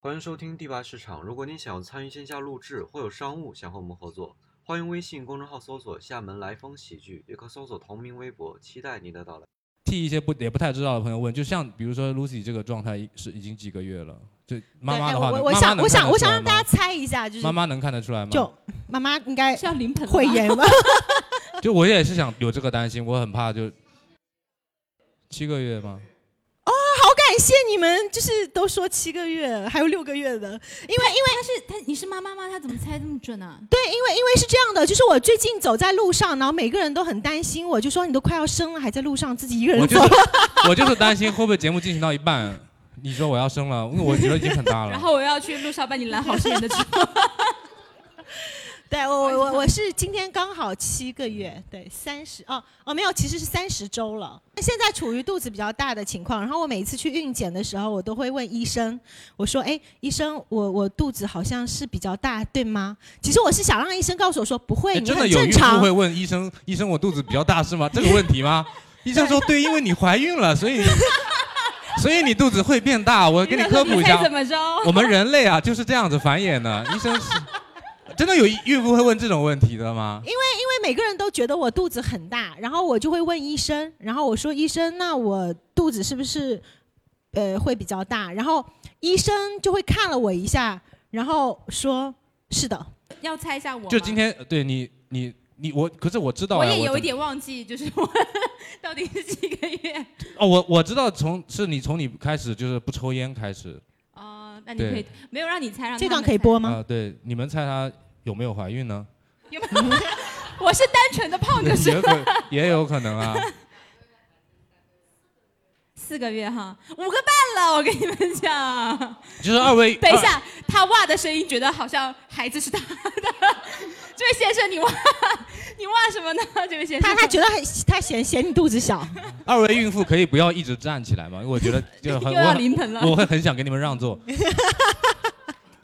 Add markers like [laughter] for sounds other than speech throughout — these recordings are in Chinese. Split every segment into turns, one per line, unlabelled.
欢迎收听第八市场。如果您想要参与线下录制或有商务想和我们合作，欢迎微信公众号搜索“厦门来风喜剧”，也可搜索同名微博，期待您的到来。
替一些不也不太知道的朋友问，就像比如说 Lucy 这个状态一是已经几个月了，就妈妈的话
对
能，
哎我我
妈妈
想
能
我
看
想
得
我
出
想
来
让
吗
大家猜一下，就是
妈妈能看得出来吗？
就妈妈应
[laughs]
该
是要临盆的
会
吧
演吧？
就我也是想有这个担心，我很怕就七个月吗？
[laughs] 感谢你们，就是都说七个月，还有六个月的，因为因为
他是他，你是妈妈吗？他怎么猜这么准啊呢、
对，因为因为是这样的，就是我最近走在路上，然后每个人都很担心我，就说你都快要生了，还在路上自己一个
我
人
就
走
是， [laughs] 我就是担心会不会节目进行到一半，你说我要生了，因为我觉得已经很大了。
[laughs] 然后我要去路上把你拦好是你的车。
对我我我
[laughs]
我是今天刚好七个月，对三十哦哦没有，其实是三十周了。现在处于肚子比较大的情况，然后我每一次去孕检的时候，我都会问医生，我说哎医生，我我肚子好像是比较大，对吗？其实我是想让医生告诉我说不会，
哎
你
真的
很
有
正
孕妇
常
会。问医生，医生我肚子比较大是吗？这个问题
[laughs]
吗？医生说对，因为你 [laughs] 怀孕了，所以所以你肚子会变大。 [laughs] 我给你科普一
你猜
下
怎，么着？
[laughs] 我们人类啊就是这样子繁衍
[laughs]
的。医生是真的有孕妇会问这种问题的吗？
因为每个人都觉得我肚子很大，然后我就会问医生，然后我说医生，那我肚子是不是呃会比较大？然后医生就会看了我一下，然后说是的。
要猜一下我吗？
就今天对你你你我，可是我知道、啊、
我也有
怎
一点忘记，就是 [laughs] 我到底是几个月？ [laughs]
哦，我我知道从是你从你开始就是不抽烟开始
哦，那你
对
可以没有让你猜，让
这
他
段
们
可以
猜
播
啊、
吗？
对，你们猜她有没有怀孕呢？
有没有？我是单纯的胖，就哦是
也可也有可能啊。
四个月哈，五个半了，我跟你们讲。
就是二位，
[laughs] 等一下，他哇的声音，觉得好像孩子是他的。 [laughs] 这位先生，你哇，你哇什么呢？这位先生，
他他觉得很他嫌嫌你肚子小，
二位孕妇可以不要一直站起来吗？因为我觉得就很
[laughs] 又要
我
临盆了。
[laughs] 我会很想给你们让
[laughs]
座。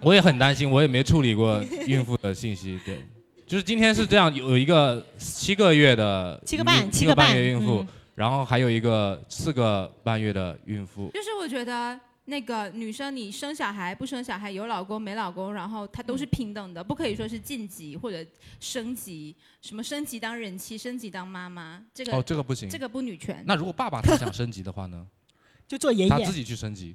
我也很担心，我也没处理过孕妇的信息。对，就是今天是这样，有一个七个月的
七个半
孕
七
七
个
个
半
半月孕妇
嗯，
然后还有一个四个半月的孕妇。
就是我觉得那个女生，你生小孩不生小孩，有老公没老公，然后她都
嗯
是平等的，不可以说是晋级或者升级，什么升级当人妻，升级当妈妈，这个、
哦，这个不行
这。个不女权。
那如果爸爸他想升级的话
[laughs]
呢？
就做爷
他
爷
自。己去升
[laughs]
级，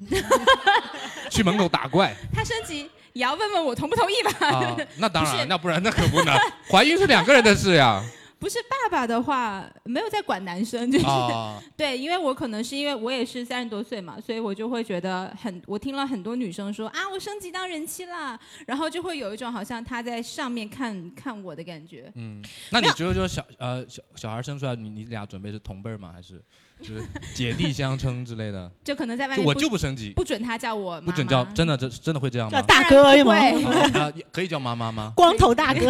去门口打怪
她升级也要问问我同不同意吧？
啊！那当
不是
然，那不然那可
[laughs]
不能。怀孕是两个人的事呀。
[laughs] 不是爸爸的话，没有在管男生，就是、
啊，
对，因为我可能是因为我也是三十多岁嘛，所以我就会觉得很，我听了很多女生说啊，我升级当人妻啦，然后就会有一种好像她在上面看看我的感觉。
嗯，那你觉得就是小呃小小孩生出来，你你俩准备是同辈儿吗？还是就是姐弟相称之类的？
就可能在外
就
面
我
不
就不升级，
不准他叫我妈妈
不准叫，真的这真的会这样
叫
吗？
大哥吗？
当然不会
啊，也可以叫妈妈吗？
[laughs] 光头大
[laughs]
哥，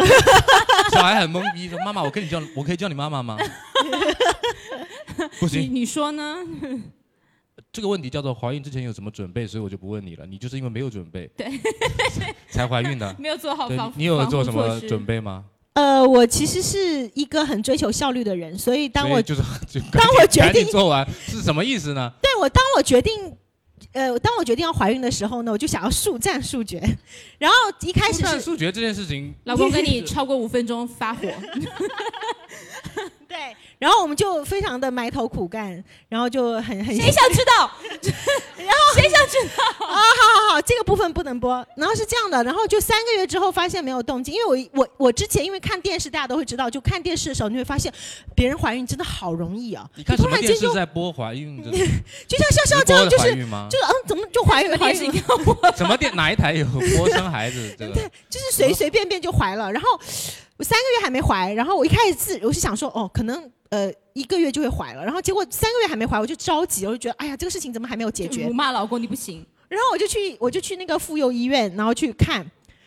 小孩很懵逼，说妈妈，我可以叫我可以叫你妈妈吗？不
你
行，
你说呢？
这个问题叫做怀孕之前有什么准备，所以我就不问你了。你就是因为没有准备，
对，
[laughs] 才怀孕
[laughs]
的。
没有做好
对
防，
你有
防护
做什么
措施
准备吗？
呃，我其实是一个很追求效率的人，所以当
所以
我
就是就赶紧
当我决
赶紧
定
做完是什么意思呢？
对我，当我决定，呃，当我决定要怀孕的时候呢，我就想要速战速决。 [laughs] 然后一开始
速战
是
速决这件事情，
老公跟你超过五分钟发火，
对，然后我们就非常的埋头苦干，然后就很很
谁想
[laughs]
知道？谁想知道？
啊好好，这个部分不能播。然后是这样的，然后就三个月之后发现没有动静，因为我我我之前因为看电视，大家都会知道，就看电视的时候你会发现，别人怀孕真的好容易啊，
你看什
突
么
然
电
间
视
就
在播怀孕的？
就像像像这
直播
样，
的
就
怀
是
孕吗？
就是呃嗯，怎么就怀孕怀
还
孕
是
了
一定要我？
什么电哪一台有播生孩子这个？
就是随随便便就怀了。然后我三个月还没怀，然后我一开始自我是想说，哦，可能呃一个月就会怀了。然后结果三个月还没怀，我就着急，我就觉得，哎呀，这个事情怎么还没有解决
辱？骂老公你不行，
然后我就去我就去那个妇幼医院，然后去看，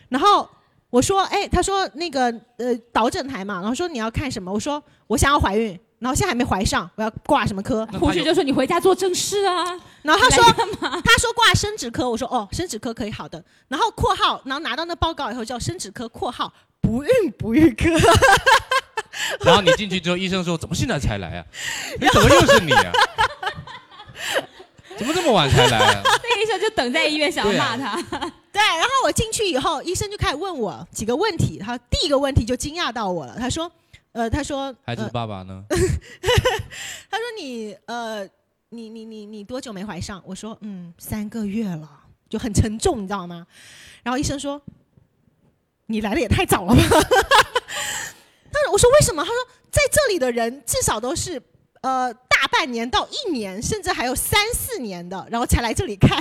然后。我说，哎，他说那个呃导诊台嘛，然后说你要看什么？我说我想要怀孕，然后现在还没怀上，我要挂什么科？
那他
护士
有
就说你回家做正事啊。 [laughs]
然后他说
来干嘛？
他说挂生殖科，我说哦，生殖科可以好的。然后括号，然后拿到那报告以后叫生殖科（括号不孕不育科
然后你进去之后，医生说怎么现在才来
[laughs]
哎啊？你怎么又是你啊？怎么这么晚才来啊？
[laughs]
那个医生就等在医院想要
对
骂
啊
他。
对，然后我进去以后，医生就开始问我几个问题。他第一个问题就惊讶到我了，他说：“呃，他说，
孩子
呃，
爸爸呢？
他说你呃，你你你你多久没怀上？”我说：“嗯，三个月了，就很沉重，你知道吗？”然后医生说：“你来的也太早了吧？” [laughs] 但是我说为什么？他说在这里的人至少都是呃大半年到一年，甚至还有三四年的，然后才来这里看。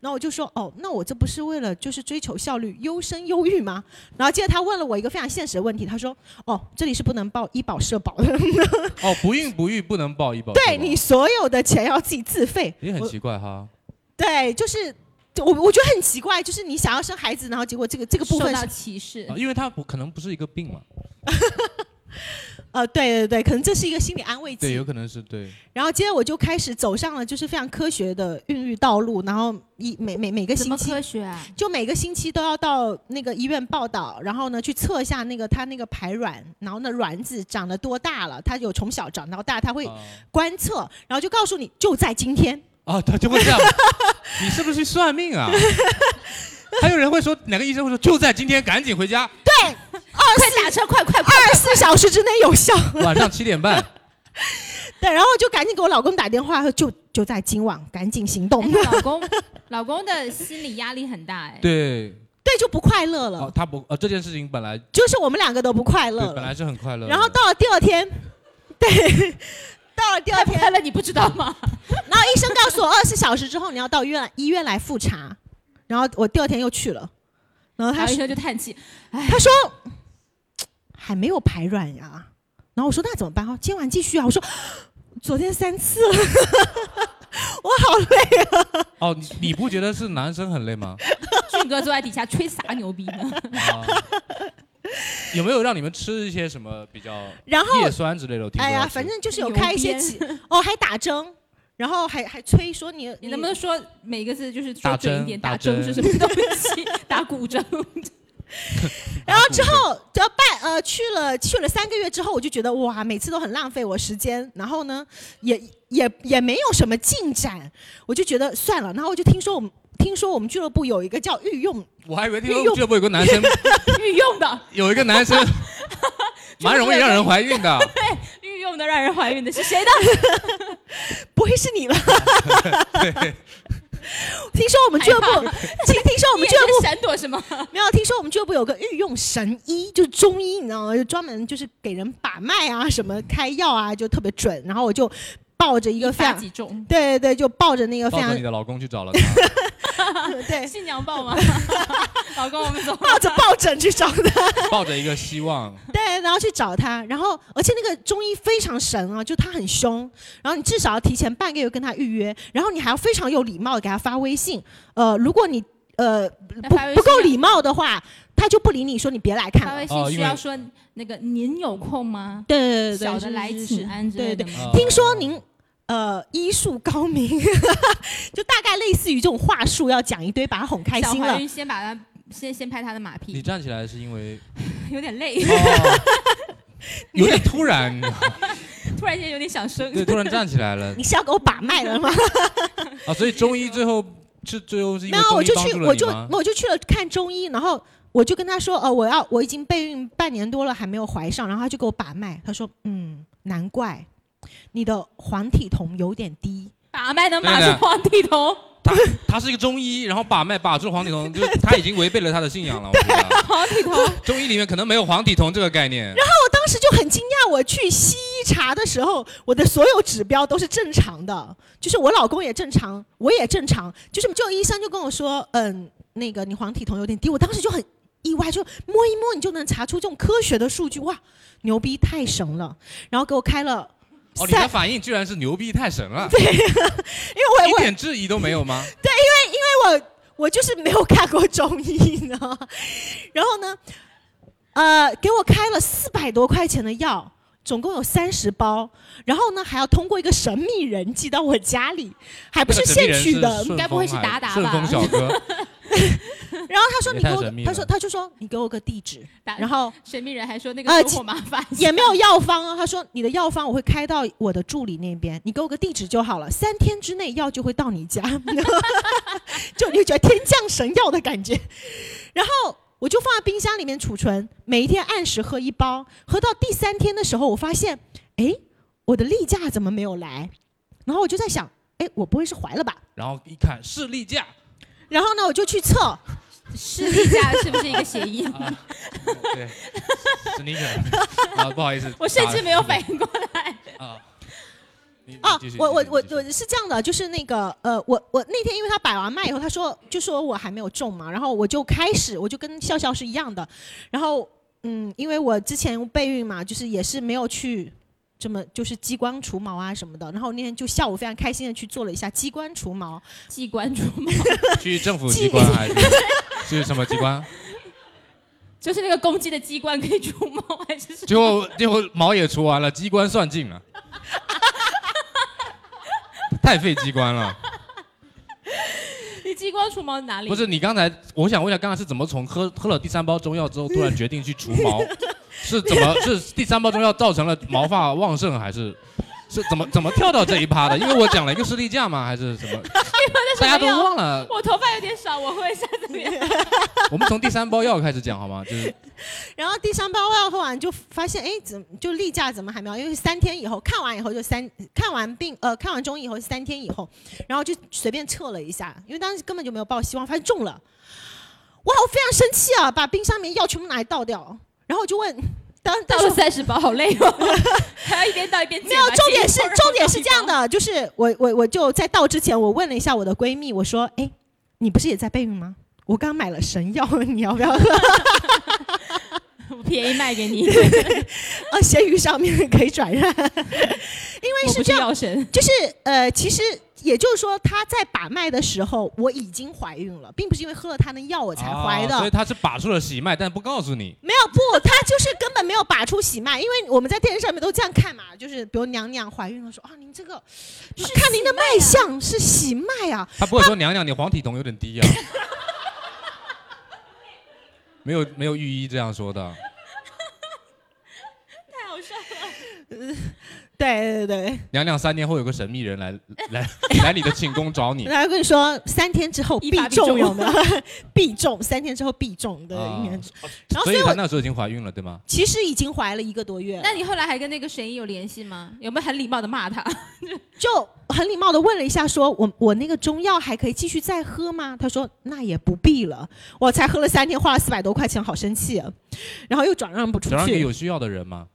然后我就说，哦，那我这不是为了就是追求效率、优生优育吗？然后接着他问了我一个非常现实的问题，他说，哦，这里是不能报医保社保的，
哦，不孕不育不能报医保社保。
对你所有的钱要自己自费。
也很
我
奇怪哈。
对，就是就我我觉得很奇怪，就是你想要生孩子，然后结果这个这个部
受
分
到
是，哦
歧视
啊，因为它不可能不是一个病嘛，
呃，对对对，可能这是一个心理安慰
对，
剂
有。可能是对，
然后接着我就开始走上了就是非常科学的孕育道路，然后一每每每个
怎
星
么
期
科学啊？
就每个星期都要到那个医院报道，然后呢去测一下那个他那个排卵，然后呢卵子长得多大了，他有从小长到大，他会
啊
观测，然后就告诉你就在今天。
啊，他就会这样。 [laughs] 你是不是去算命
[laughs]
啊？还有人会说哪个医生会说就在今天赶紧回家，
哦
快打车，快快快！
二十四小时之内有效，
晚上七点半。
对，然后就赶紧给我老公打电话，说就就在今晚，赶紧行动
哎，，那老公，老公的心理压力很大哎。
对，
对，就不快乐了，
哦，他不，呃，这件事情本来
就是我们两个都不快
对
乐
本
了。
来呃是很快乐的。
然后到了第二天，对，到了第二
快
天，
快乐，你不知道吗？
然后医生告诉我二十小时之后你要到医院医院来复查，然后我第二天又去了，然后
然
哦他
后医
说。
生就叹气，
他说还没有排卵呀。然后我说那怎么办？哦，今晚继续啊。我说昨天三次了，我好累。
哦，你你不觉得是男生很累
[laughs]
吗？
俊哥坐在底下吹啥牛逼呢？
啊，有没有让你们吃一些什么比较
然后
叶酸之类的？我听说
哎
要
呀，
吃
反正就是有开一些起，哦，还打针，然后还还催说你
啊你能不能说每个字就是说
打
准一
针
点？
打
打针是什么东
[laughs]
西？打骨针。
然后之后就要办呃去了去了三个月之后，我就觉得哇，每次都很浪费我时间，然后呢也也也没有什么进展，我就觉得算了。然后我就听说我们听说我们俱乐部有一个叫御用
我还以为听
因为
说俱乐部有个男
[laughs]
生，
御用的，
[laughs] 有一个男生蛮容易让人怀孕的。
御用的让人怀孕的是谁的？
不会是你吧？听说我们俱乐部，听听说我
你
们
眼
俱乐
睛
部
闪躲什么？
没有？听说我们俱乐部有个御用神医，就是中医，你知道吗？就专门就是给人把脉啊，什么开药啊，就特别准。然后我就抱着一呃个非
发
常，
几中？
对对对，就抱着那个非
抱着
常
你的老公去找了
[laughs]
他，
对，哦
新
[laughs]
娘抱吗？老公，我们走。
抱着抱枕去找他，
抱着一个希望，
[laughs] 对，然后去找他。然后而且那个中医非常神啊，就他很凶，然后你至少要提前半个月跟他预约，然后你还要非常有礼貌地给他发微信。呃，如果你呃
那
不
发微
不够
信啊
礼貌的话，他就不理你说你别来
发
看了。
微
哦
信需
因为
要说那个您有空吗？
对对对对，
小
是
的来
是
请
是
安之
对
类的
对，
吗？
听说您呃医术高明， [laughs] 就大概类似于这种话术，要讲一堆把他哄开
小
心
怀
了。
孕先把他先先拍他的马
你
屁，
站起来是因
[laughs]
为
有
[laughs]
点累，
哦，有点突然，
突然间有点想生。
对，突然站起来了
你是要给我把脉了吗？
啊，所以中医最后是最后是因
没
为
有，
中
我
医
就
帮
去，
助
我
了你
就
吗？
我就去了看中医，然后我就跟他说，呃，我要我已经备孕半年多了，还没有怀上，然后他就给我把脉，他说，嗯，难怪你的黄体酮有点低。
把脉能把
对
住
的
黄帝头，
他他是一个中医，然后把脉把住黄体酮，就是他已经违背了他的信仰了。我觉得
黄帝
[laughs]
头，
中医里面可能没有黄体酮这个概念，
我当时就很惊讶，我去西医查的时候，我的所有指标都是正常的，就是我老公也正常，我也正常，就是就医生就跟我说，嗯，那个你黄体酮有点低，我当时就很意外，就摸一摸你就能查出这种科学的数据，哇，牛逼太神了！然后给我开了
哦，
三，
你的反应居然是牛逼太神了，
因为
一
我我
点质疑都没有吗？
我我就是没有看过中医呢， [laughs] 然后呢，呃，给我开了四百多块钱的药，总共有三十包，然后呢还要通过一个神秘人寄到我家里，还不
这个
是
神秘
现
人
取的
顺，
该不会
丰
是
还
达达吧
顺丰小哥？
然后他说
也
你给
太
我个
神秘，
他
了
说他就说你给我个地址，
打
然后
神秘人还说那个
呃
收
其
获麻烦一下，
也没有药方啊。他说你的药方我会开到我的助理那边，你给我个地址就好了，三天之内药就会到你家， [laughs] 就你就觉得天降神药的感觉。然后我就放在冰箱里面储存，每一天按时喝一包，喝到第三天的时候，我发现，哎，我的例假怎么没有来？然后我就在想，哎，我不会是怀了吧？
然后一看是例假，
然后呢，我就去测，
士力架是不是一个谐音？
啊，对，是你选的啊，不好意思，
[laughs] 我甚至没有反
应
应哦过来，
啊。你你
哦
继续，
我我
继续
我
继续
我是这样的，就是那个呃，我我那天因为他摆完麦以后，他说就说我还没有中嘛，然后我就开始我就跟笑笑是一样的，然后嗯，因为我之前备孕嘛，就是也是没有去这么就是激光除毛啊什么的，然后那天就下午非常开心的去做了一下激光除毛，
既关注嘛，
去政府
记
机关还是是什么机关？
[laughs] 就是那个公鸡的鸡冠可以除毛，还是
[laughs]
什么
结果结果毛也除完了，机关算尽了， [laughs] 太费机关
[laughs]
了。
你激光除毛哪里？
不是你刚才，我想问一下，刚才是怎么从喝喝了第三包中药之后，突然决定去除毛？是怎么是第三包中药造成了毛发旺盛，还是是怎么怎么跳到这一趴的？因为我讲了一个士力架吗？还是
[laughs]
什么？大家都忘了，
我头发有点少，我会下次
[laughs]
变。
我们从第三包药开始讲好吗？就是
然后第三包药喝完就发现哎，怎么就例假怎么还没有？因为三天以后看完以后就三看完病呃看完中医以后三天以后，然后就随便测了一下，因为当时根本就没有抱希望，发现中了。哇，我非常生气啊！把冰箱里面药全部拿来倒掉，然后我就问，当
到
但
了
是
三十包，好累哦， [laughs] 还要一边倒一边
[laughs]
剪。
没有，
把
重点是
剪刀
重点是这样，的， [laughs] 就是我我我就在到之前，我问了一下我的闺蜜，我说，哎，你不是也在备孕吗？我刚买了神药，你要不 [laughs] 呃要喝？
我便宜卖
[laughs]
给你，
呃，闲鱼上面可以转让， [laughs] 因为
我
是
不
这
是
样，
药神。
就是呃，其实也就是说，她在把脉的时候，我已经怀孕了，并不是因为喝了她的药我才怀的。
啊所以他是把住了喜脉，但不告诉你。
没有不，她就是根本没有把出喜脉，因为我们在电视上面都这样看嘛，就是比如娘娘怀孕了说啊，您这个
是
看您的脉
喜脉啊
象是喜脉啊，
他不会说娘娘，你黄体酮有点低啊。没有没有御医这样说的，
[laughs] 太好笑了，
对对对
娘娘三年后有个神秘人来来来你的寝宫找你
对，，然后跟你说三天之后
一
必
发必中
中有没 [laughs] 有？必中，三天之后必中的
啊
应该是。然后
所
所
以
以
她
我
那时候已经怀孕了，对吗？
其实已经怀了一个多月了。
那你后来还跟那个神医有联系吗？有没有很礼貌的骂他？ [laughs]
就很礼貌的问了一下说，我我那个中药还可以继续再喝吗？他说那也不必了，我才喝了三天，花了四百多块钱，好生气啊！然后又转让不出
转让给
[laughs] 去。
有需要的人吗？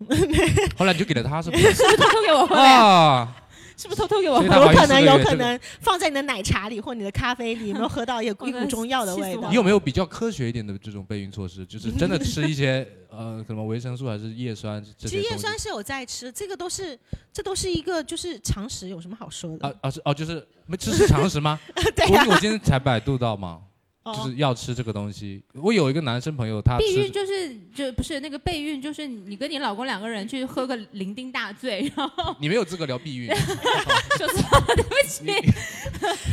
后来你就给了他，是不
[laughs]
是？
是不是偷偷给我喝了呀？
啊，
是不是偷偷给我
所以
喝
他怀孕四个
有可能，
了？
月
有
这
可
个
能放在你的奶茶里或你的咖啡里，有没有喝到有一股中药的味道
[laughs] 你？有没有比较科学一点的这种备孕措施？就是真的吃一些呃什么维生素还是叶酸这
其
些
实叶
东西
酸是有在吃，这个都是这都是一个就是常识，有什么好说的？
啊啊是哦，就是没这是常识吗？
[laughs] 对
我
呀、
我今天才百度到嘛，就
哦，
是要吃这个东西。我有一个男生朋友，他
避孕
吃
就是就不是那个备孕，就是你跟你老公两个人去喝个酩酊大醉，然后
你没有资格聊避
[laughs]
孕，
就说对不起，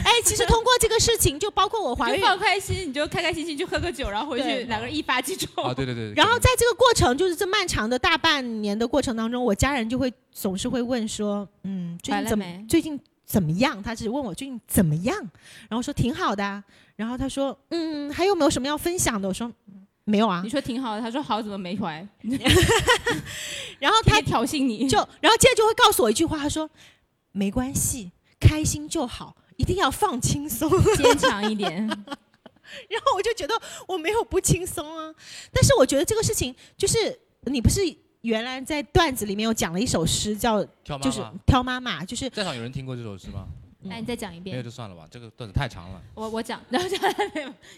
哎，其实通过这个事情，就包括我怀
你
孕
就，放开心，你就开开心心去喝个酒，然后回去
对
两个人一发即中。
啊，对对对。
然后在这个过程，就是这漫长的大半年的过程当中，我家人就会总是会问说，嗯，最
怀
近
了
怎
没
么最近怎么样？他只问我最近怎么样，然后说挺好的、啊。然后他说，嗯，还有没有什么要分享的？我说嗯没有啊
你。说挺好的，他说好，怎么没怀？
然后
[laughs]
他
天天挑衅 [laughs] 你，
就，然后接着就会告诉我一句话，他说没关系，开心就好，一定要放轻松。 [laughs]
坚强一点。
然后我就觉得我没有不轻松啊，但是我觉得这个事情就是你不是。原来在段子里面有讲了一首诗，叫
跳妈
就是
妈，
挑妈妈，就是嗯
在场有人听过这首诗吗？
那哎你再讲一
没有
遍，
就算了吧，这个段子太长了。
我我讲， [laughs] 然后讲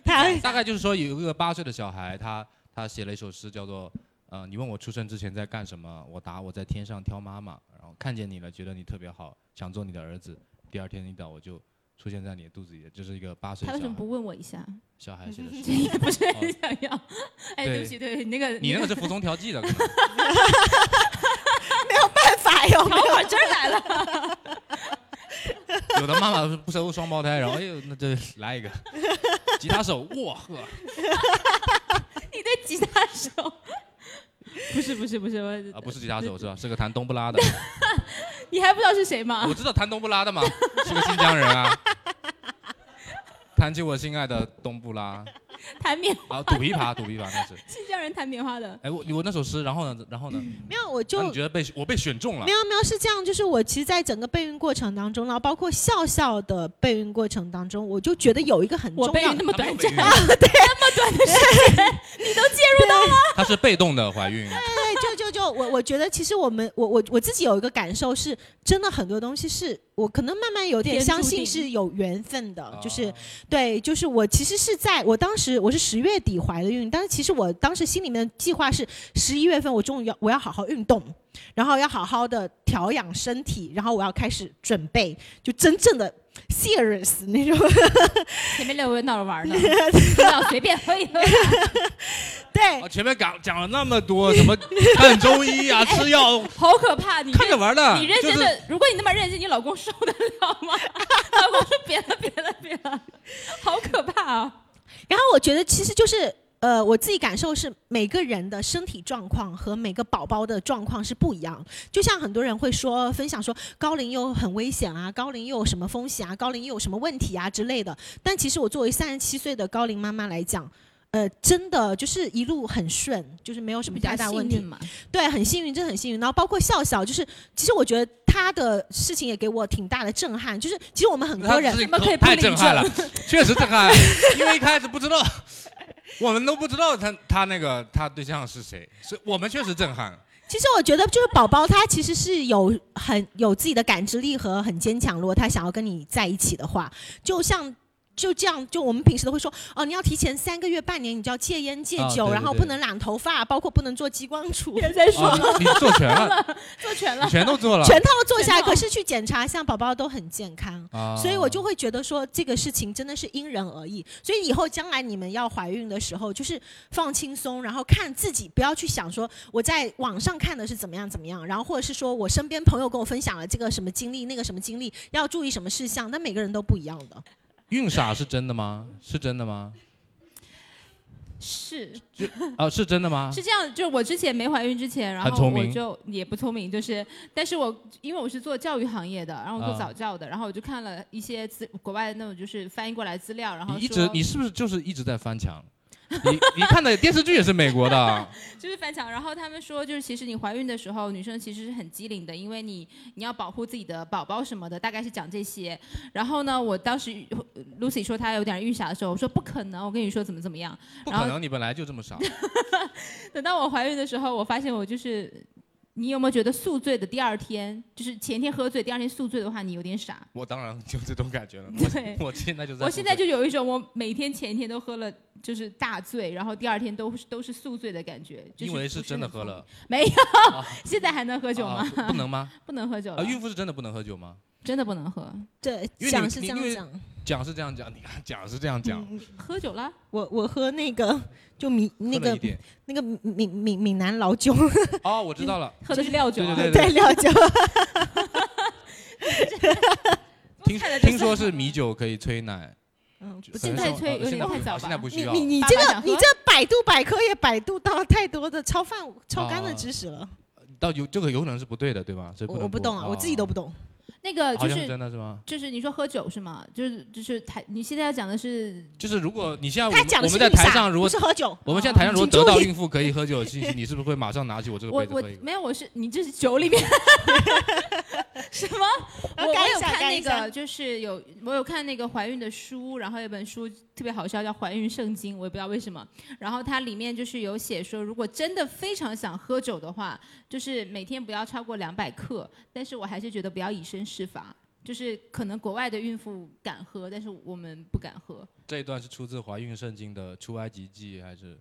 他
大概就是说，有一个八岁的小孩，他他写了一首诗，叫做“呃，你问我出生之前在干什么，我答我在天上挑妈妈，然后看见你了，觉得你特别好，想做你的儿子。第二天一早我就出现在你的肚子里了，这是一个八岁
他
的
为
小
什么
孩
不问我一下？
小孩写的诗。
[laughs]
也 [laughs] 不是很
哦
想要。哎，对不起，对不起，那个
你那个是服从调剂的，可能
办法哟
条款真来了，
有的妈妈是不收双胞胎，然后哎呦，那这来一个，吉他手，哇呵，
你对吉他手？ [laughs] 不是不是不是，我
啊不是吉他手是吧？是个弹冬不拉的，
你还不知道是谁吗
我？知道弹冬不拉的嘛，是个新疆人啊。弹起我心爱的冬不拉，
弹棉
啊，土琵琶，土琵琶那是。
新疆人弹棉花的，
哎，我我那首诗，然后呢，然后呢，
嗯
没有，我就
啊你觉得被我被选中了
没？有没有，是这样，就是我其实，在整个备孕过程当中，然后包括笑笑的备孕过程当中，我就觉得有一个很重
我备
要
孕那
的，
么
他没有
短
被
暂啊
孕，
短的时间，你都介入到
她是被动的怀孕，
对，就就就我我觉得，其实我们我我我自己有一个感受是，真的很多东西是我可能慢慢有点
天
相
注
信
定
是有缘分的，就是
啊
对，就是我其实是在我当时我是十月底怀的孕，但是其实我当时心里面的计划是十一月份我终于要我要好好运动，然后要好好的调养身体，然后我要开始准备，就真正的 serious 那种。 [laughs]
前面六个月闹着
[laughs]
玩呢，不要随便喝一喝。
对
哎
啊，前面讲讲了那么多什么 [laughs] 看中医啊、吃药，
好可怕！你
看着
认
玩的，
哎你认真
啊就是
的，如果你那么认真，你老公受得了
[laughs]
吗？老公说别了，别了，别了，好可怕啊！
然后我觉得其实就是。呃，我自己感受是每个人的身体状况和每个宝宝的状况是不一样。就像很多人会说分享说高龄又很危险啊，高龄又有什么风险啊，高龄又有什么问题啊之类的。但其实我作为三十七岁的高龄妈妈来讲，呃，真的就是一路很顺，就是没有什么太大问题。
嘛？
对，很幸运，真的很幸运。然后包括笑笑，就是其实我觉得他的事情也给我挺大的震撼。就是其实我们很
他
多人
自己
怎么可以不
太
领
震撼了
证，
[laughs] 确实震撼，啊因为一开始不知道， [laughs] 我们都不知道他他那个他对象是谁，是我们确实震撼。
其实我觉得，就是宝宝他其实是有很有自己的感知力和很坚强。如果他想要跟你在一起的话，就像。就这样，就我们平时都会说，哦，你要提前三个月、半年，你就要戒烟戒
啊
酒，
对对
然后
对
不能染头发，包括不能做激光除，
别再说
啊
了，，
你做全了，
做全
你
了。
全都做了
[laughs] 全套做下来。
[laughs] 全套
可是去检查，像宝宝都很健康，
啊！
所以我就会觉得说，这个事情真的是因人而异。所以以后将来你们要怀孕的时候，就是放轻松，然后看自己，不要去想说我在网上看的是怎么样怎么样，然后或者是说我身边朋友跟我分享了这个什么经历，那个什么经历，要注意什么事项。那每个人都不一样的。
孕傻是真的吗？是真的吗？
是
啊，是真的吗？
是这样，就是我之前没怀孕之前，然
很
后
聪
我
明
就也不聪明，就是，但是我因为我是做教育行业的，然后我做
啊
早教的，然后我就看了一些资国外的那种就是翻译过来资料，然后
你一
说
直你是不是就是一直在翻墙？你你看的电视剧也是美国的
[laughs]
啊，
就是翻墙，然后他们说，就是其实你怀孕的时候，女生其实是很机灵的，因为你你要保护自己的宝宝什么的，大概是讲这些。然后呢，我当时呃 Lucy 说她有点孕傻的时候，我说不可能，我跟你说怎么怎么样。
不
然后
可能你本来就这么
[laughs]
傻。
等到我怀孕的时候，我发现我就是，你有没有觉得宿醉的第二天，就是前天喝醉，第二天宿醉的话，你有点傻。
我当然就这种感觉了，
[laughs] 对
我我现在就在，
我现在就有一种我每天前一天都喝了就是大醉，然后第二天都是都是宿醉的感觉，就
因为
是
是
不
真的
很
喝
聪
了，
明，没有，
啊
[laughs] 现在还能喝酒吗
啊？不不能
[laughs]
吗？
不能喝酒
啊，
了，
孕妇是真的不能喝酒吗？
真的不能喝。
对，
因为
讲
你
是这
你
样
因为
讲。
讲是这样讲，你看讲是这样
嗯
讲，
喝酒了，
我我喝那个就闽那
喝了
个
一点。
那个闽闽闽南老酒，
哦，我知道了，
喝的是料酒、啊。
[laughs]
对对
对料酒，
听听说是米酒可以催奶，
嗯，不
现
知
在
道。
反正
催
哦
有点
现在
太
不
早
哦现在
吧
不需
你
要。
你你
爸
这
爸
个
想喝
你这百度百科也百度到太多的超范超干的
哦
知识了，
到有这个有可能是不对的，对吧？所以
我
能
我不懂啊，我自己都不
懂。
懂。
那
好
个就
像是
是
真的是吗？
就是你说喝酒是吗？就是就是台你现在要讲的是
就是如果你现在哦
他
我们
讲的
我们
是
在
硬
台
撒
上，如果
不是喝酒，
我们现在台上如
[laughs]
果得
请注
到
意
孕妇可以喝酒的
[laughs]
信息，你是不是会马上拿起我这个
我
杯子
我
喝一个？
没有我是你这是酒里面
[laughs]
什么？我我
干一
有
下
看
干
那
一下
个就是有我有看那个怀孕的书，然后有本书特别好笑叫《怀孕圣经》，我也不知道为什么。然后它里面就是有写说，如果真的非常想喝酒的话，就是每天不要超过两百克。但是我还是觉得不要以身试法。就是可能国外的孕妇敢喝，但是我们不敢喝。
这一段是出自《怀孕圣经》的《出埃及记》还是？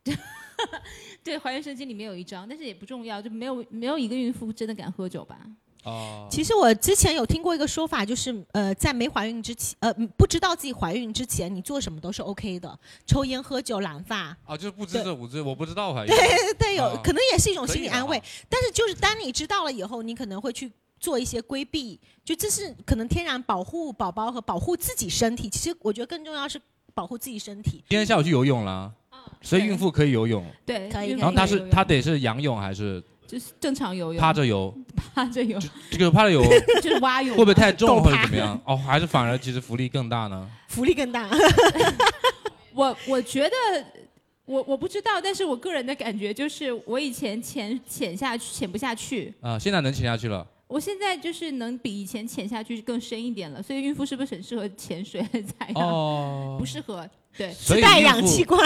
对，《怀孕圣经》里面有一章，但是也不重要，就没有没有一个孕妇真的敢喝酒吧？
哦，
其实我之前有听过一个说法，就是呃，在没怀孕之前，呃，嗯不知道自己怀孕之前，你做什么都是 OK 的，抽烟、喝酒、染发，
啊，就是不知这五字，我不知道还
对对，有、
啊
可能也是一种
可以
心理
的
安
啊
慰。但是就是当你知道了以后，你可能会去做一些规避，就这是可能天然保护宝宝和保护自己身体。其实我觉得更重要是保护自己身体。
今天下午去游泳
[laughs]
了，
啊
所以
对
孕妇可以游泳。
对，
可以
孕妇
然后她
游
是
泳
她得是仰泳还是
就是正常游泳，
趴着游？
趴着游，
这个趴着
[laughs]
游会
就是蛙泳，
不会太重
狗
或者
趴
怎么样？哦，还是反而其实浮力更大呢？
福利更大，
我我觉得。我我不知道，但是我个人的感觉就是，我以前潜潜下去潜不下去，
啊、现在能潜下去了。
我现在就是能比以前潜下去更深一点了。所以孕妇是不是很适合潜水采
哎
氧？
哦，
不适合，对，
所以
[laughs] 带
孕
氧
妇
气罐。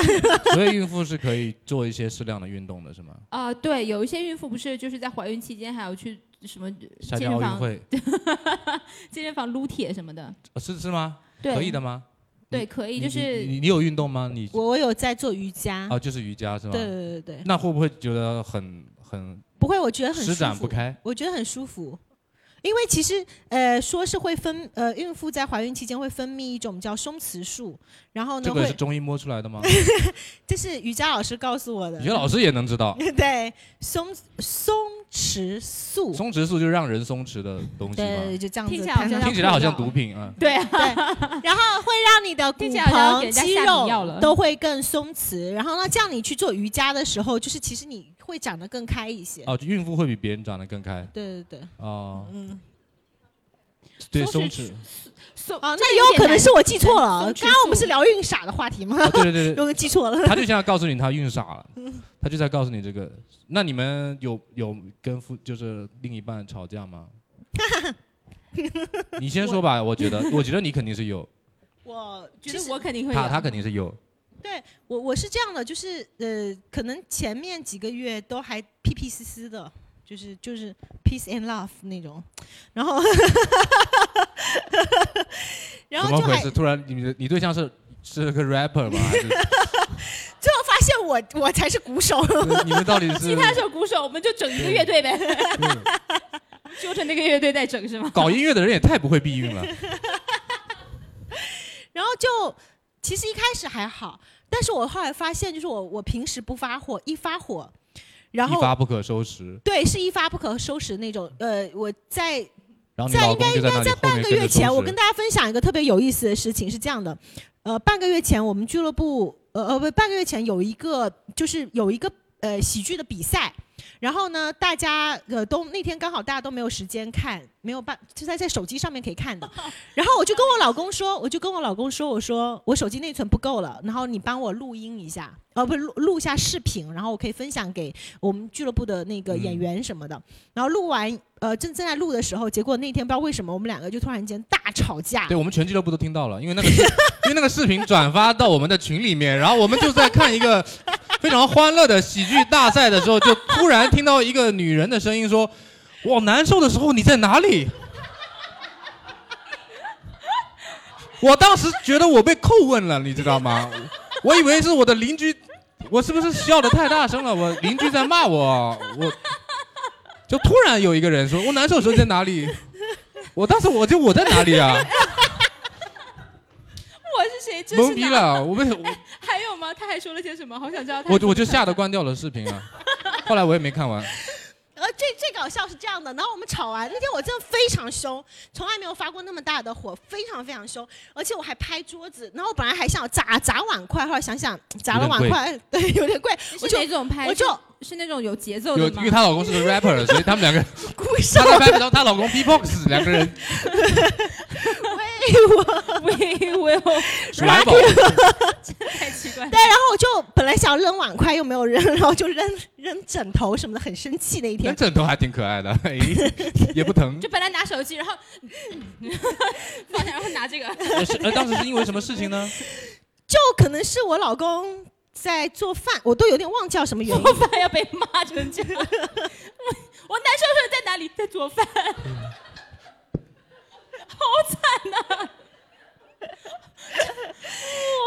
所以孕妇是可以做一些适量的运动的，是吗？
啊、对，有一些孕妇不是就是在怀孕期间还要去什么
参加
健身
奥运
房、
会、
健身房撸铁什么的，
呃是是吗？
对，
可以的，吗？
对，可
你
以，就
你
是
你你有运动吗？你
我我有在做瑜伽，
哦，就是瑜伽是吗？
对对对对，
那会不会觉得很很
不会，我觉得很舒
施
服。
展不开？
我觉得很舒服，因为其实呃，说是会分呃，孕妇在怀孕期间会分泌一种叫松弛素，然后呢
这个
会
是中医摸出来的
[laughs]
吗？
这是瑜伽老师告诉我的，
你觉，得老师也能知道
[laughs] 对松松弛素，
松弛素就让人松弛的东西
对，
吗？
就这样子
听起来好
摊
像要
上
听起来好像
嗑药
毒品啊。
对 [laughs] 啊，
对，然后会让你的骨
听起来好像要给
盆、
人家
肌
下迷药
肉
了
都会更松弛，然后呢，这样你去做瑜伽的时候，就是其实你会长得更开一些。
哦，就孕妇会比别人长得更开
对对对，
哦，
嗯，
对，松
松
弛
弛，松
哦，那
这个
也有可
点
能
难
是我记错了。刚
松弛
刚我们
素
是聊孕傻的话题吗？
[laughs] 哦对对对，
[laughs] 我记错了。
他就想要告诉你他孕傻了，
嗯
他就在告诉你这个。那你们有有跟夫就是另一半吵架
[laughs]
吗？你先说吧，我觉得，我觉得你肯定是有，
我
觉
其
得
实
我肯定会
他
有
他肯定是有，
我我是这样的，就是呃，可能前面几个月都还屁屁丝丝的，就是就是 peace and love 那种，然后 [laughs] 然
怎
后
么
就
回
还
事？突然你的你对象是是个 rapper 吗？还是
最后发现我我才是鼓手，
对你们到底
吉
是嗯
他手、鼓手，我们就整一个乐队呗，揪着那个乐队在整是吗？
搞音乐的人也太不会避孕了。
然后就其实一开始还好，但是我后来发现，就是我我平时不发火，一发火，然
一
后
发不可收拾。
对是一发不可收拾那种。呃，我在
然后你
在
老
应
公
该
就
应
那
该
里
在
后
半
面
个
跟着
月前，
收
我
拾
跟大家分享一个特别有意思的事情，是这样的，呃，半个月前我们俱乐部，呃呃不，半个月前有一个就是有一个呃喜剧的比赛。然后呢，大家呃都那天刚好大家都没有时间看，没有办就在在手机上面可以看的。然后我就跟我老公说，我就跟我老公说，我说我手机内存不够了，然后你帮我录音一下，呃不录录下视频，然后我可以分享给我们俱乐部的那个
嗯
演员什么的。然后录完，呃，正正在录的时候，结果那天不知道为什么，我们两个就突然间大吵架。
对我们全俱乐部都听到了，因为那个视因为那个视频转发到我们的群里面，然后我们就在看一个 [laughs] 非常欢乐的喜剧大赛的时候，就突然听到一个女人的声音说：“我难受的时候你在哪里？” [laughs] 我当时觉得我被叩问了，你知道吗？我以为是我的邻居，我是不是笑的太大声了？我邻居在骂我，我就突然有一个人说：“我难受的时候你在哪里？”我当时我就我在哪里啊？
我是谁？这
懵
是
逼
哪？
了，我被我
还有吗？他还说了些什么？好想知道他还
我
说了些什么。
就我就吓得关掉了视频啊。后来我也没看完，
呃，最最搞笑是这样的，然后我们吵完那天，我真的非常凶，从来没有发过那么大的火，非常非常凶，而且我还拍桌子。然后我本来还想砸砸碗筷，后来想想砸了碗筷，对，有点贵，
你
我
是
就
哪种拍？
我就是
那种有节奏
有
的
因
吗
为？她老公是个 rapper，所以他们两个
鼓手
她在拍到她老公 beatbox，两个人
[laughs]
喂喂， [laughs] 我
数来宝，
太奇怪了。
对，然后我就本来想扔碗筷又没有扔，然后就扔 [laughs] 扔枕头什么的，很生气那一
那
天。
枕头还挺可爱的，哎也不疼
就。本来拿手机，然后 [laughs] 放下，然后拿这个。 [laughs]
呃是呃，当时是因为什么事情 [laughs] 呢？
就哦可能是我老公在做饭，我都有点忘记叫什么原因
做。饭要被骂成这样，我 [laughs] 我难受的时候在哪里？在做饭，好惨呐、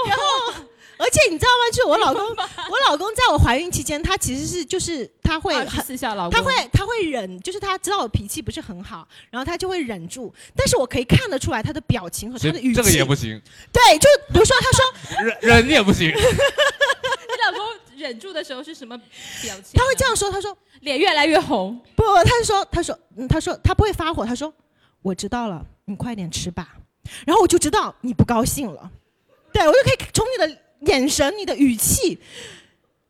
然后，而且你知道吗？就是我老公，我老公在我怀孕期间，他其实是就是他会
二十
很。
四孝啊老公，
他会他会忍，就是他知道我脾气不是很好，然后他就会忍住。但是我可以看得出来他的表情和他
这
的语气，
这个也不行，
对，就比如说他说
忍忍也不行。
你老公忍住的时候是什么表情？啊
他会这，样说，他说
[laughs]
脸越来越红。 [laughs]
不，不他说他说、嗯、他说他不会发火，他说我知道了，你快点吃吧。然后我就知道你不高兴了。对，对我就可以从你的眼神、你的语气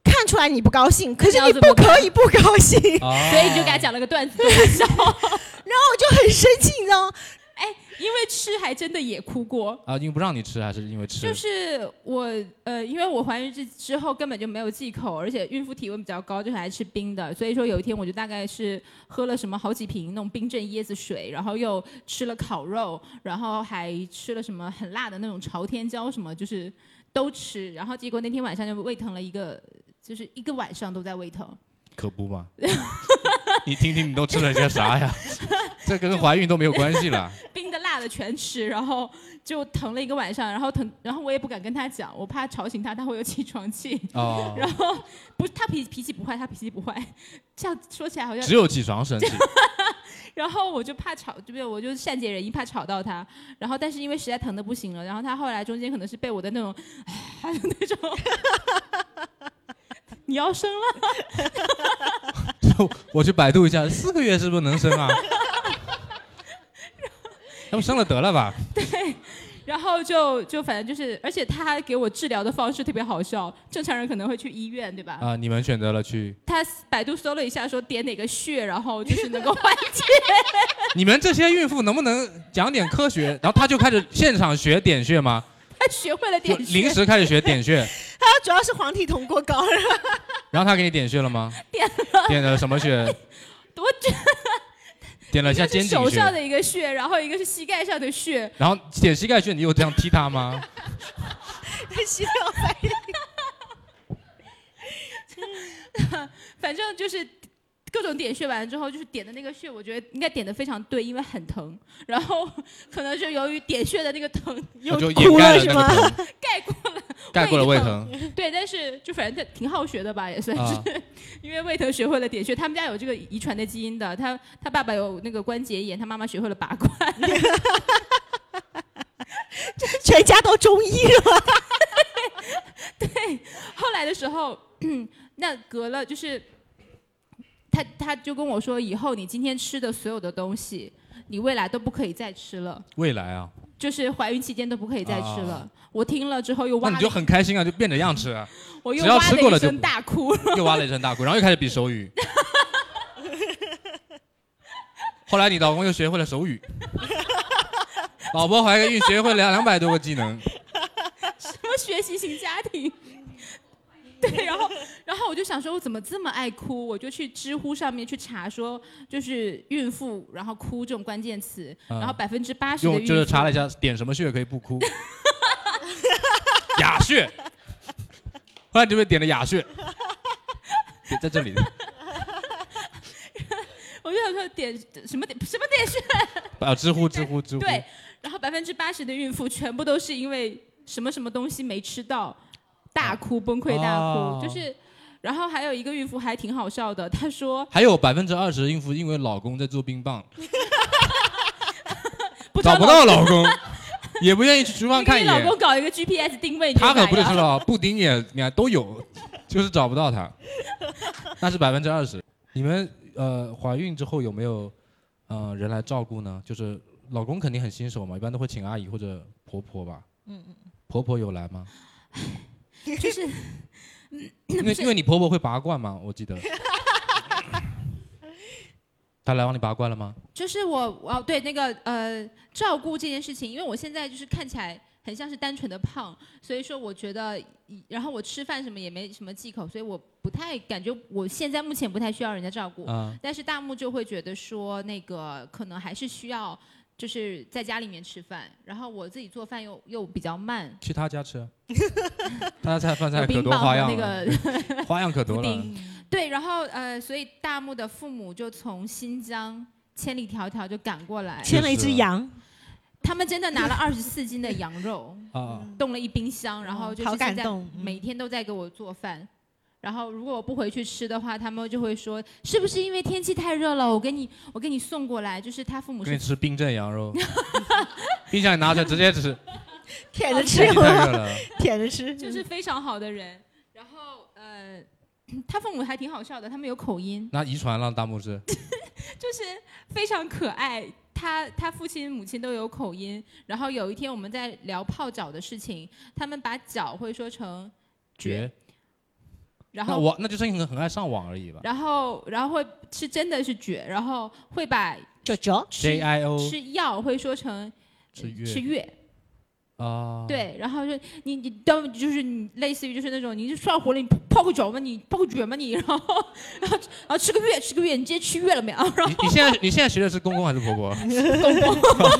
看出来你不高兴，可是你
你要怎
不
么
可以不高兴，
啊
所以你就给他讲了个段子逗我笑。
然后我就很生气，你知道吗？
哎
因为吃还真的也哭过，
啊，因为不让你吃，还是因为吃？
就是我呃，因为我怀孕之之后根本就没有忌口，而且孕妇体温比较高，就是爱吃冰的，所以说有一天我就大概是喝了什么好几瓶那种冰镇椰子水，然后又吃了烤肉，然后还吃了什么很辣的那种朝天椒什么，就是都吃，然后结果那天晚上就胃疼了一个，就是一个晚上都在胃疼。
可不嘛。你听听，你都吃了些啥呀？这跟怀孕都没有关系了。
冰的、辣的全吃，然后就疼了一个晚上，然后疼，然后我也不敢跟他讲，我怕吵醒他，他会有起床气。
哦，
然后不是他脾脾气不坏，他脾气不坏，这样说起来好像
只。有起床生气。
然后我就怕吵，对不对？我就善解人意，怕吵到他。然后但是因为实在疼的不行了，然后他后来中间可能是被我的那种，哎还有那种。你要生了，
我去百度一下，四个月是不是能生
[laughs]
啊？要不生了得了吧？
然后就就反正就是，而且他给我治疗的方式特别好笑。正常人可能会去医院，对吧？
啊、你们选择了去，
他百度搜了一下，说点哪个穴，然后就是能够 [laughs] 缓解。
你们这些孕妇能不能讲点科学？然后他就开始现场学点穴吗？
他学会了
就
点穴
临，时开始学点穴，
他主要是黄体酮过高，然后
然后他给你点穴了吗？
[laughs] 点
了，点了什么穴？
我觉
点了一下
得
肩
是
颈
手上
穴，
的一个穴，然后一个是膝盖上的穴，
然后点膝盖穴，你有这样踢他
[laughs]
吗？[laughs]
吸掉反应。
反正就是各种点穴完了之后，就是点的那个穴，我觉得应该点的非常对，因为很疼。然后可能是由于点穴的那个疼 [laughs]
我就掩
哭
盖
了
了那
是
个疼，
盖过了，
盖过了胃
胃
疼
疼对，但是就反正他挺好学的吧，也算是。
啊。
[laughs] 因为胃疼学会了点穴，他们家有这个遗传的基因的，他他爸爸有那个关节炎，他妈妈学会了拔罐。
全家都中医了，
后来的时候， [coughs] 那隔了就是，他他就跟我说，以后你今天吃的所有的东西，你未来都不可以再吃了，
未来啊，
就是怀孕期间都不可以再吃了。
啊
我听了之后又
那
哇
你
了，
就很开心啊，就变着样吃啊，
我又
只要
哇
吃
的
过了
一
就
声
不
大哭。 [laughs]
[laughs] 又挖了一声大哭，然后又开始比手语。后来你老公又学会了手语，老婆怀个孕学会了两百多个技能，
什么学习型家庭？ [laughs] 对，然后，然后我就想说，我怎么这么爱哭？我就去知乎上面去查，说就是孕妇，然后哭这种关键词，
嗯
然后百分之八十的
用
孕
就是查了
妇
一下点什么穴可以不
[laughs]
哭，哑穴。后来你就被点了哑穴，点在这里，
我就想说点什么点什么点穴
啊，知乎知乎知乎，
对，然后百分之八十的孕妇全部都是因为什么什么东西没吃到，
啊
大哭崩溃大哭，
哦
就是，然后还有一个孕妇还挺好笑的，她说
还有百分之二十孕妇因为老公在做冰棒，
不知道
找不到老公，也不愿意去厨
老
房
你
看
给
一
你老
眼。
公搞一个 GPS 定位，你
[laughs] 他
就
可不
买
就
了
是了，布丁也你看都有，就是找不到他，那是百分之二十。你们呃怀孕之后有没有呃人来照顾呢？就是老公肯定很新手嘛，一般都会请阿姨或者婆婆吧。
嗯
婆婆有来吗？
[laughs] 就是
因为因为你婆婆会拔罐嘛，我记
[laughs]
得。她来帮你拔罐了吗？
就是我哦，对那个呃，照顾这件事情，因为我现在就是看起来很像是单纯的胖，所以说我觉得，然后我吃饭什么也没什么忌口，所以我不太感觉我现在目前不太需要人家照顾。
啊、
但是大木就会觉得说，那个可能还是需要就是在家里面吃饭，然后我自己做饭又又比较慢，
去她家
[laughs]
吃。她家菜饭菜
有
可
冰
多花
棒
样
和那
了，
个
花样可
布
多了。
丁。
嗯
对，然后呃，所以大木的父母就从新疆千里迢迢就赶过来，
牵了一只羊，
他们真的拿了二十四斤的羊
[laughs]
肉，
哦
啊、
冻了一冰箱，然后就是
嗯好感
现在
动，嗯
每天都在给我做饭。然后如果我不回去吃的话，他们就会说是不是因为天气太热了？我给你我给你送过来，就是他父母
给你
是
吃冰镇羊肉， [laughs] 冰箱里拿出来直接
[laughs]
吃，
舔着吃
天，气太热了。
[laughs] 舔着吃，
就是非常好的人。然后呃， [clears throat] 他父母还挺好笑的，他们有口音，
那遗传了，大拇指。
就是非常可爱。他他父亲母亲都有口音，然后有一天我们在聊泡脚的事情，他们把脚会说成，
绝。
然
那
后
我那就是你很爱上网而已吧。
然后然后会是真的是绝，然后会把
九九， [laughs]
吃
J I O
吃药会说成
吃月
吃月，
啊，，
对，然后就你你当就是你类似于就是那种你就算活了，你泡泡个脚嘛，你泡个脚嘛你，然后然后然后吃个月吃个月，你今天吃月了没啊？然后
你你现在你现在学的是公公还是婆
[laughs]
婆？公公，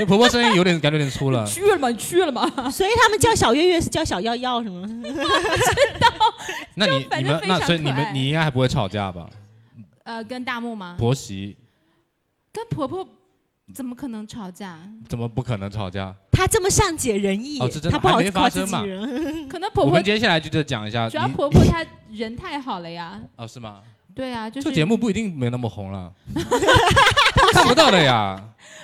那 [laughs] 婆婆声音有点感觉有点粗
[laughs]
了。
吃月了吗？你吃月了吗？ [laughs]
所以他们叫小月月是叫小耀耀什么？
那你
反
你
正
们
非
那
常
所以你
可爱
们你应该还不会吵架吧？
呃，跟大木吗？
婆媳
跟婆婆怎么可能吵架？
怎么不可能吵架？
他这么善解人意，
哦这真的
他不好
还没
夸
发
自
生
己
嘛
人。 [laughs]
可能婆
我
婆
们接下来就再讲一下
主要
你
婆婆她人太好了呀。
哦是吗？
对啊，就是
这节目不一定没那么红
[laughs]
了，看不到的呀。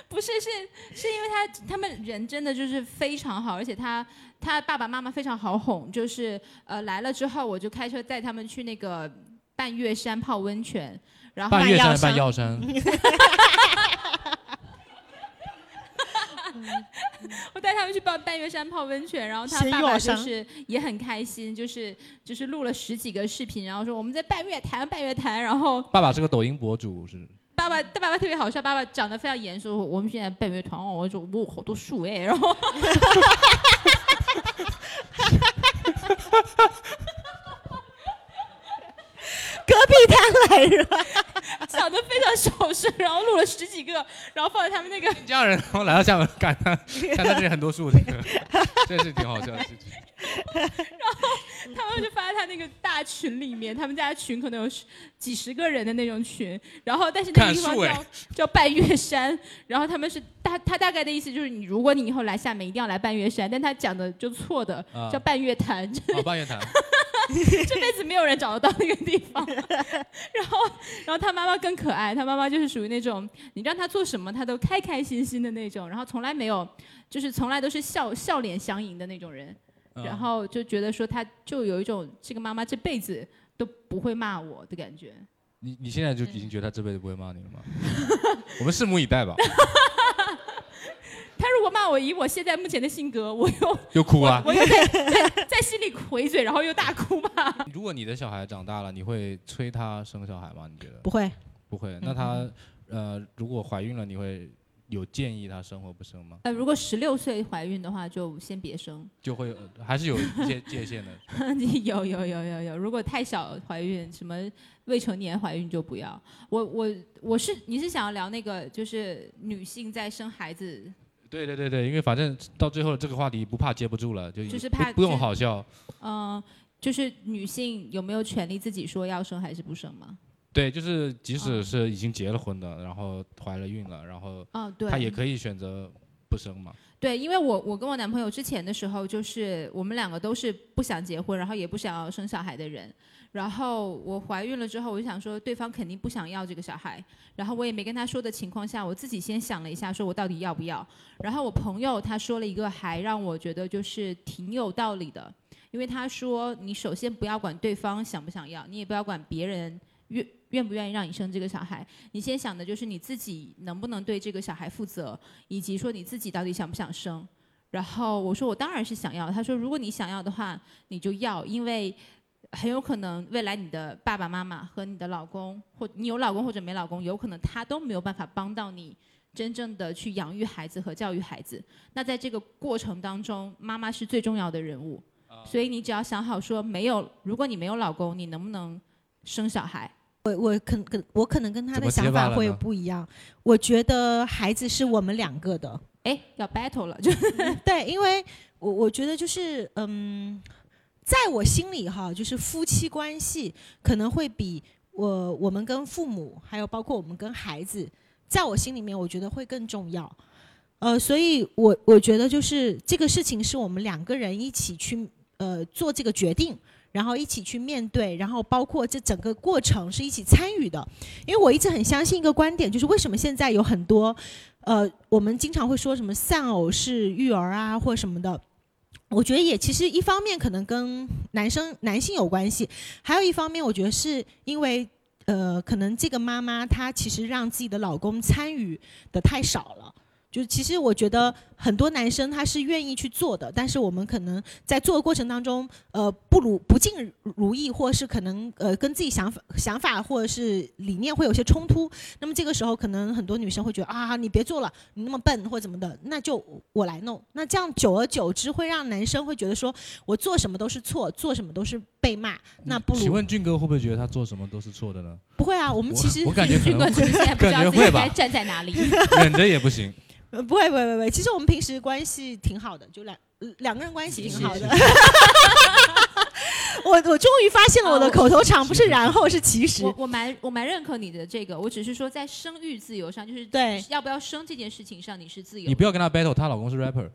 不是是是因为她他们人真的就是非常好，而且她她爸爸妈妈非常好哄，就是呃来了之后我就开车带他们去那个半月山泡温泉，然后
半月
药
山
山
半药山，
我带他们去半半月山泡温泉，然后他
神
爸
药
爸就
商
是也很开心，就是就是录了十几个视频，然后说我们在半月谈半月谈，然后
爸爸是个抖音博主是。
爸爸，他爸爸特别好笑，爸爸长得非常严肃。我们现在北美团，哦我说哇，好多树哎，
[laughs]
然后。
隔壁摊来人，
讲的非常小声，然后录了十几个，然后放在他们那个 [laughs]
新疆人，然后来到厦门，感叹看到这里很多树，真是挺好笑的事情。
他们就发在他那个大群里面，他们家群可能有十几十个人的那种群，然后但是那个地
看
方
树
叫、
哎
叫半月山，然后他们是大他大概的意思就是你如果你以后来厦门一定要来半月山，但他讲的就错的，
啊
叫半月潭，这
好，半月
[laughs]
谈，
这辈子没有人找得到那个地方。 [laughs] 然后然后他妈妈更可爱，他妈妈就是属于那种你让他做什么他都开开心心的那种，然后从来没有就是从来都是笑笑脸相迎的那种人。
嗯
然后就觉得说他就有一种这个妈妈这辈子都不会骂我的感觉。
你你现在就已经觉得他这辈子不会骂你了吗？我们拭目以待
[laughs]
吧。
他如果骂我，以我现在目前的性格，我又 [laughs]
又哭啊！
我又在在在心里回嘴，然后又大哭吧。
如果你的小孩长大了，你会催他生小孩吗？你觉得
[laughs] 不会，
不
嗯
会？那他呃，如果怀孕了，你会有建议他生或不生吗？
呃，如果十六岁怀孕的话，就先别生。
就会呃还是有一些界限的。
[laughs] 有有有有有，如果太小怀孕，什么未成年怀孕就不要。我我我是你是想要聊那个就是女性在生孩子，
[laughs] 对对对对，因为反正到最后这个话题不怕接不住了，就
就是
不
怕
不
就
用好笑。
嗯、就是女性有没有权利自己说要生还是不生吗？
对，就是即使
嗯
是已经结了婚的，然后怀了孕了，然后
嗯、对，
他也可以选择不生嘛。
对，因为我我跟我男朋友之前的时候，就是我们两个都是不想结婚，然后也不想要生小孩的人。然后我怀孕了之后，我就想说对方肯定不想要这个小孩，然后我也没跟他说的情况下，我自己先想了一下，说我到底要不要。然后我朋友他说了一个还让我觉得就是挺有道理的，因为他说你首先不要管对方想不想要，你也不要管别人愿愿不愿意让你生这个小孩，你先想的就是你自己能不能对这个小孩负责，以及说你自己到底想不想生。然后我说我当然是想要，他说如果你想要的话，你就要，因为很有可能未来你的爸爸妈妈和你的老公，或你有老公或者没老公，有可能他都没有办法帮到你真正的去养育孩子和教育孩子。那在这个过程当中，妈妈是最重要的人物，
啊
所以你只要想好说没有，如果你没有老公，你能不能生小孩？
我我可可我可能跟他
怎
的
么结
想
巴
法
了
会
呢
有不一样。我觉得孩子是我们两个的，
哎，要 battle 了，就
对，因为我我觉得就是嗯，在我心里哈，就是夫妻关系可能会比我我们跟父母，还有包括我们跟孩子，在我心里面，我觉得会更重要。呃，所以我我觉得就是这个事情是我们两个人一起去呃做这个决定。然后一起去面对，然后包括这整个过程是一起参与的，因为我一直很相信一个观点，就是为什么现在有很多呃，我们经常会说什么丧偶式育儿啊，或什么的。我觉得也其实一方面可能跟男生男性有关系，还有一方面我觉得是因为呃，可能这个妈妈她其实让自己的老公参与的太少了。就是其实我觉得很多男生他是愿意去做的，但是我们可能在做的过程当中，呃，不如不尽如意，或是可能呃跟自己想法想法或者是理念会有些冲突。那么这个时候，可能很多女生会觉得啊，你别做了，你那么笨或怎么的，那就我来弄。那这样久而久之，会让男生会觉得说我做什么都是错，做什么都是被骂。那不
请
如
问俊哥会不会觉得他做什么都是错的呢？
不会啊，我们其实
我我感觉可
[laughs] 军哥
能
其实现在不知
感觉
道自
会
己
吧
该站在哪里。
[laughs] 忍着也不
[laughs]
行。
呃不会不会不会不会，其实我们平时关系挺好的，就两呃两个人关系挺好
[laughs]
的。我我终于发现了我的口头禅不是然后是其实
啊我，我蛮我蛮认可你的这个，我只是说在生育自由上，就是
对
要不要生这件事情上，你是自由
你
的。
不要跟他 battle，她老公是 rapper。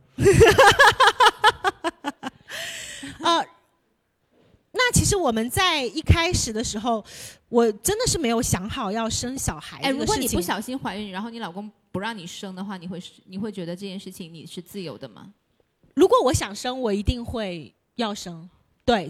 呃，那其实我们在一开始的时候，我真的是没有想好要生小孩
哎，
这
如
个
果
事
你不
情。
小心怀孕，然后你老公不让你生的话，你会是你会觉得这件事情你是自由的吗？
如果我想生，我一定会要生。对，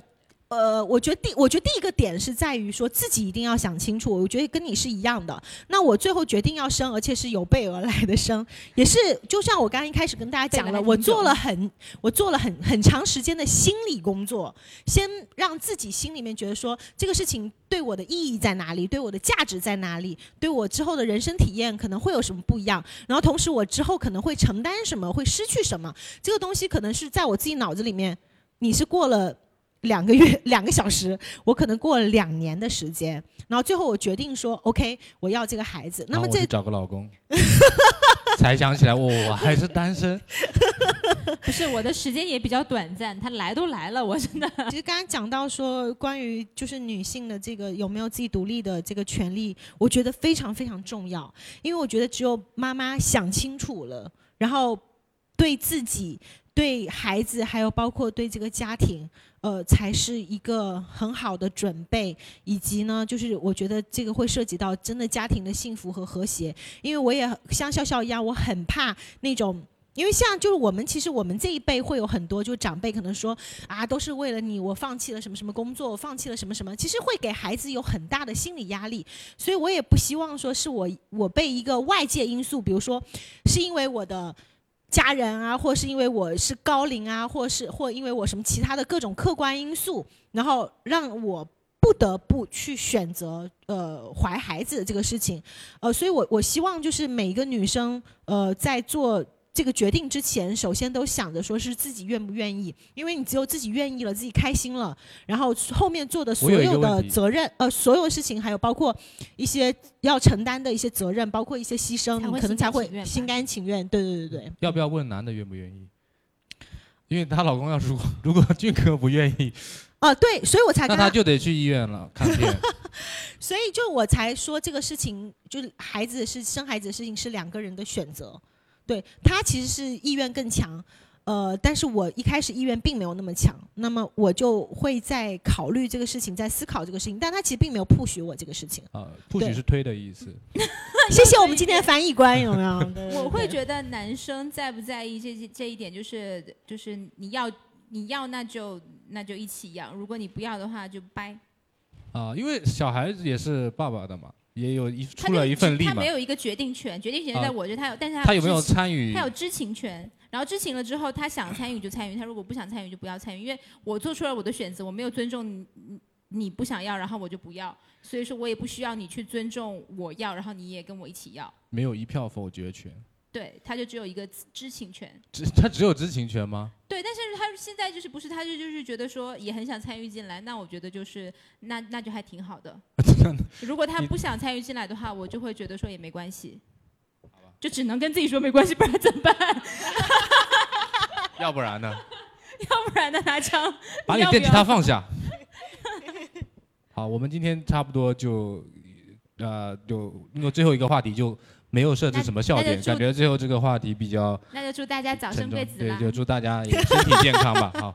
呃，我觉得第我觉得第一个点是在于说自己一定要想清楚。我觉得跟你是一样的。那我最后决定要生，而且是有备而来的生， [laughs] 也是就像我刚刚一开始跟大家讲
备了
了，
很
我
久
做了很我做了很很长时间的心理工作，先让自己心里面觉得说这个事情对我的意义在哪里，对我的价值在哪里，对我之后的人生体验可能会有什么不一样。然后同时我之后可能会承担什么，会失去什么。这个东西可能是在我自己脑子里面，你是过了两个月、 [laughs] 两个小时，我可能过了两年的时间，然后最后我决定说，OK，我要这个孩子。那
然
么
后我
这
去找个老
[laughs]
公，才想起来我我还是单身。
[laughs] 不是，我的时间也比较短暂，他来都来了，我真的
[laughs] 其实刚刚讲到说，关于就是女性的这个有没有自己独立的这个权利，我觉得非常非常重要，因为我觉得只有妈妈想清楚了，然后对自己、对孩子，还有包括对这个家庭，呃，才是一个很好的准备，以及呢，就是我觉得这个会涉及到真的家庭的幸福和和谐，因为我也像笑笑一样，我很怕那种。因为像就是我们，其实我们这一辈会有很多，就长辈可能说，啊，都是为了你，我放弃了什么什么工作，我放弃了什么什么，其实会给孩子有很大的心理压力，所以我也不希望说是我我被一个外界因素，比如说是因为我的。家人啊，或是因为我是高龄啊，或是或因为我什么其他的各种客观因素，然后让我不得不去选择呃怀孩子这个事情，呃，所以我我希望就是每一个女生呃在做这个决定之前，首先都想着说是自己愿不愿意，因为你只有自己愿意了，自己开心了，然后后面做的所
我有一个
有的
问题
责任，呃，所有事情，还有包括一些要承担的一些责任，包括一些牺牲，
才会
你可能
心甘
才会
情愿吧
心甘情愿。对对对对，
要不要问男的愿不愿意？因为她老公要如果如果俊哥不愿意，
哦、对，所以我才
那
跟
她
他，
就得去医院了看
[laughs]
病。
所以就我才说这个事情，就是孩子的事，生孩子的事情是两个人的选择。对他其实是意愿更强，呃，但是我一开始意愿并没有那么强，那么我就会在考虑这个事情，在思考这个事情，但他其实并没有 push 我这个事
[laughs]
情。
啊，不许
对
是推的意思。
谢谢我们今天的翻译官，有没
[laughs]
有？对
我会觉得男生在不在意这这一点，就是就是你要你要那就那就一起要，如果你不要的话就掰。
啊，因为小孩子也是爸爸的嘛，也有一
他
出
就
了一份力
他
嘛
没。有一个决定权，决定权在我这，他有，但是啊他
他有没有
知情
参与
他？有知情权，然后知情了之后，他想参与就参与，他如果不想参与就不要参与，因为我做出了我的选择，我没有尊重你，你你不想要，然后我就不要，所以说我也不需要你去尊重我要，然后你也跟我一起要，
没有一票否决权，
对，他就只有一个知情权。
只他只有知情权吗？
对，但是他现在就是不是，他就就是觉得说也很想参与进来，那我觉得就是那那就还挺好的。如果他
啊你
不想参与进来的话，我就会觉得说也没关系，就只能跟自己说没关系，不然怎么办？ [laughs]
要不然呢？
要不然呢？拿枪
把你
要不
电吉
要
他放下。好，我们今天差不多就，呃，就因为最后一个话题就没有设置什么笑
那
点，
就祝
感觉最后这个话题比较
那就祝大家早
沉
生
重
贵。子
对
啦，！
就祝大家也身体健康吧。好，